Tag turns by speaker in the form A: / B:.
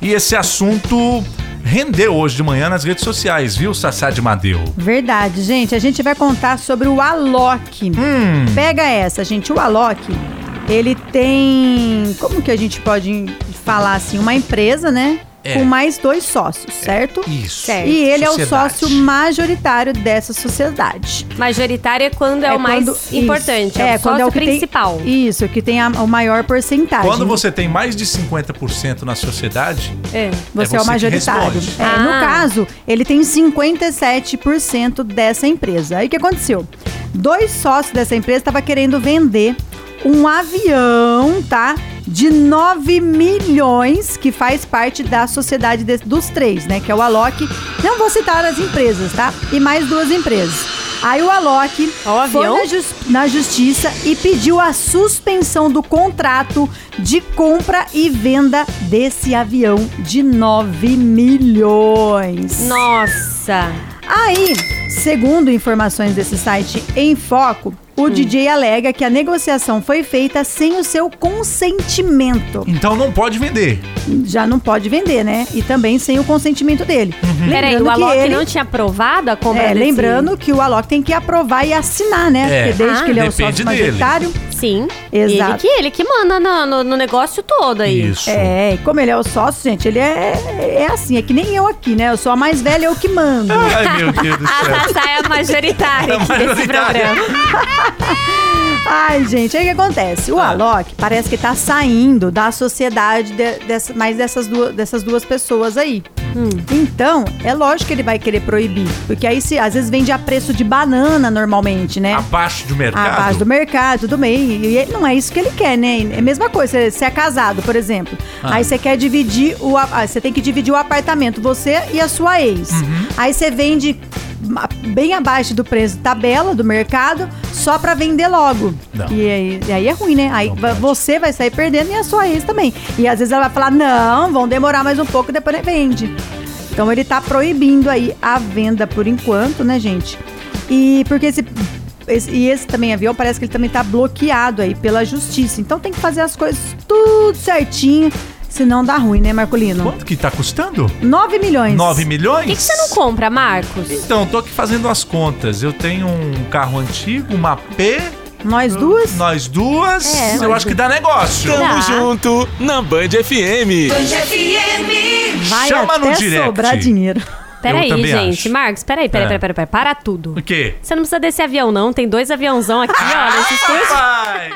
A: E esse assunto rendeu hoje de manhã nas redes sociais, viu, Sassá de Madeu?
B: Verdade, gente. A gente vai contar sobre o Alok.
A: Hum.
B: Pega essa, gente. O Alok, ele tem. Como que a gente pode falar assim? Uma empresa, né?
A: É.
B: Com mais dois sócios, certo?
A: Isso.
B: E ele é o
A: Sociedade.
B: sócio majoritário dessa sociedade.
C: Majoritário é quando é, o mais
B: quando- isso.
C: importante, é, o sócio
B: que tem-
C: principal.
B: isso, que tem a, o maior porcentagem.
A: Quando você tem mais de 50% na sociedade,
B: Você é,
C: É.
A: É você
B: o
A: que
B: majoritário.
A: responde.
B: É, No
C: Ah.
B: caso, ele tem 57% dessa empresa. Aí o que aconteceu? Dois sócios dessa empresa estavam querendo vender um avião, tá? De 9 milhões, que faz parte da sociedade de- dos três, né? Que é o Alok. Não vou citar as empresas, tá? E mais duas empresas. Aí o Alok
C: Ó É o
B: foi
C: avião.
B: na jus- na justiça e pediu a suspensão do contrato de compra e venda desse avião de 9 milhões.
C: Nossa.
B: Aí, segundo informações desse site Em Foco, o
C: Hum.
B: DJ alega que a negociação foi feita sem o seu consentimento.
A: então não pode vender.
B: Já não pode vender, né? E também sem o consentimento dele.
C: Uhum. Peraí,
B: Lembrando
C: o
B: que
C: Alok
B: ele-
C: não tinha aprovado a compra
B: É,
C: desse-
B: lembrando que o Alok tem que aprovar e assinar, né?
A: É.
B: Porque desde
C: Ah.
B: que ele é o
A: Depende
B: sócio
A: dele.
B: majoritário.
C: Sim.
B: Exato.
C: Ele que, ele que manda no, no- no negócio todo aí.
A: Isso.
B: É, e como ele é o sócio, gente, ele é, é assim, é que nem eu aqui, né? Eu sou a mais velha, eu que mando.
A: Ai, meu Deus do
C: A
A: céu.
C: Sassá é a majoritária aqui desse
A: Majoritária.
C: programa.
B: Ai, gente, aí o que acontece? O
A: Ah.
B: Alok parece que tá saindo da sociedade de- dessa- mais dessas duas, dessas duas pessoas aí. Então, é lógico que ele vai querer proibir. Porque aí, se, às vezes, vende a preço de banana normalmente, né?
A: Abaixo do
B: A
A: mercado.
B: base do mercado, tudo bem. E ele- não é isso que ele quer, né? É a mesma coisa, você- você é casado, por exemplo.
A: Ah.
B: Aí você quer dividir o. a- ah, Você tem que dividir o apartamento, você e a sua ex.
A: Uhum.
B: Aí você vende ma- bem abaixo do preço de tabela do mercado, só pra vender logo.
A: Não.
B: E aí, e aí é ruim, né? Aí
A: Não
B: va-
A: pode.
B: você vai sair perdendo e a sua ex também. E às vezes ela vai falar: não, vão demorar mais um pouco, depois ele vende. Então ele tá proibindo aí a venda por enquanto, né, gente? E porque esse, esse- e esse também avião parece que ele também tá bloqueado aí pela justiça. Então tem que fazer as coisas tudo certinho, senão dá ruim, né, Marcolino?
A: Quanto que tá custando?
B: 9 milhões.
A: 9 milhões?
C: Por que, que você não compra, Marcos?
A: Então, tô aqui fazendo as contas. Eu tenho um carro antigo, uma P.
B: Nós duas?
A: Nós duas.
C: É,
A: eu acho que dá negócio.
C: Dá.
D: Tamo junto na Band FM.
B: Vai
A: Chama
B: até
A: no direct.
B: sobrar dinheiro.
C: Peraí,
A: também
C: gente.
A: acho. É.
C: Marcos, peraí, peraí, peraí, peraí, peraí. Para tudo.
A: O quê?
C: Você não precisa desse avião, não. Tem dois aviãozão aqui, ó, nesse estúdio.
A: Rapaz!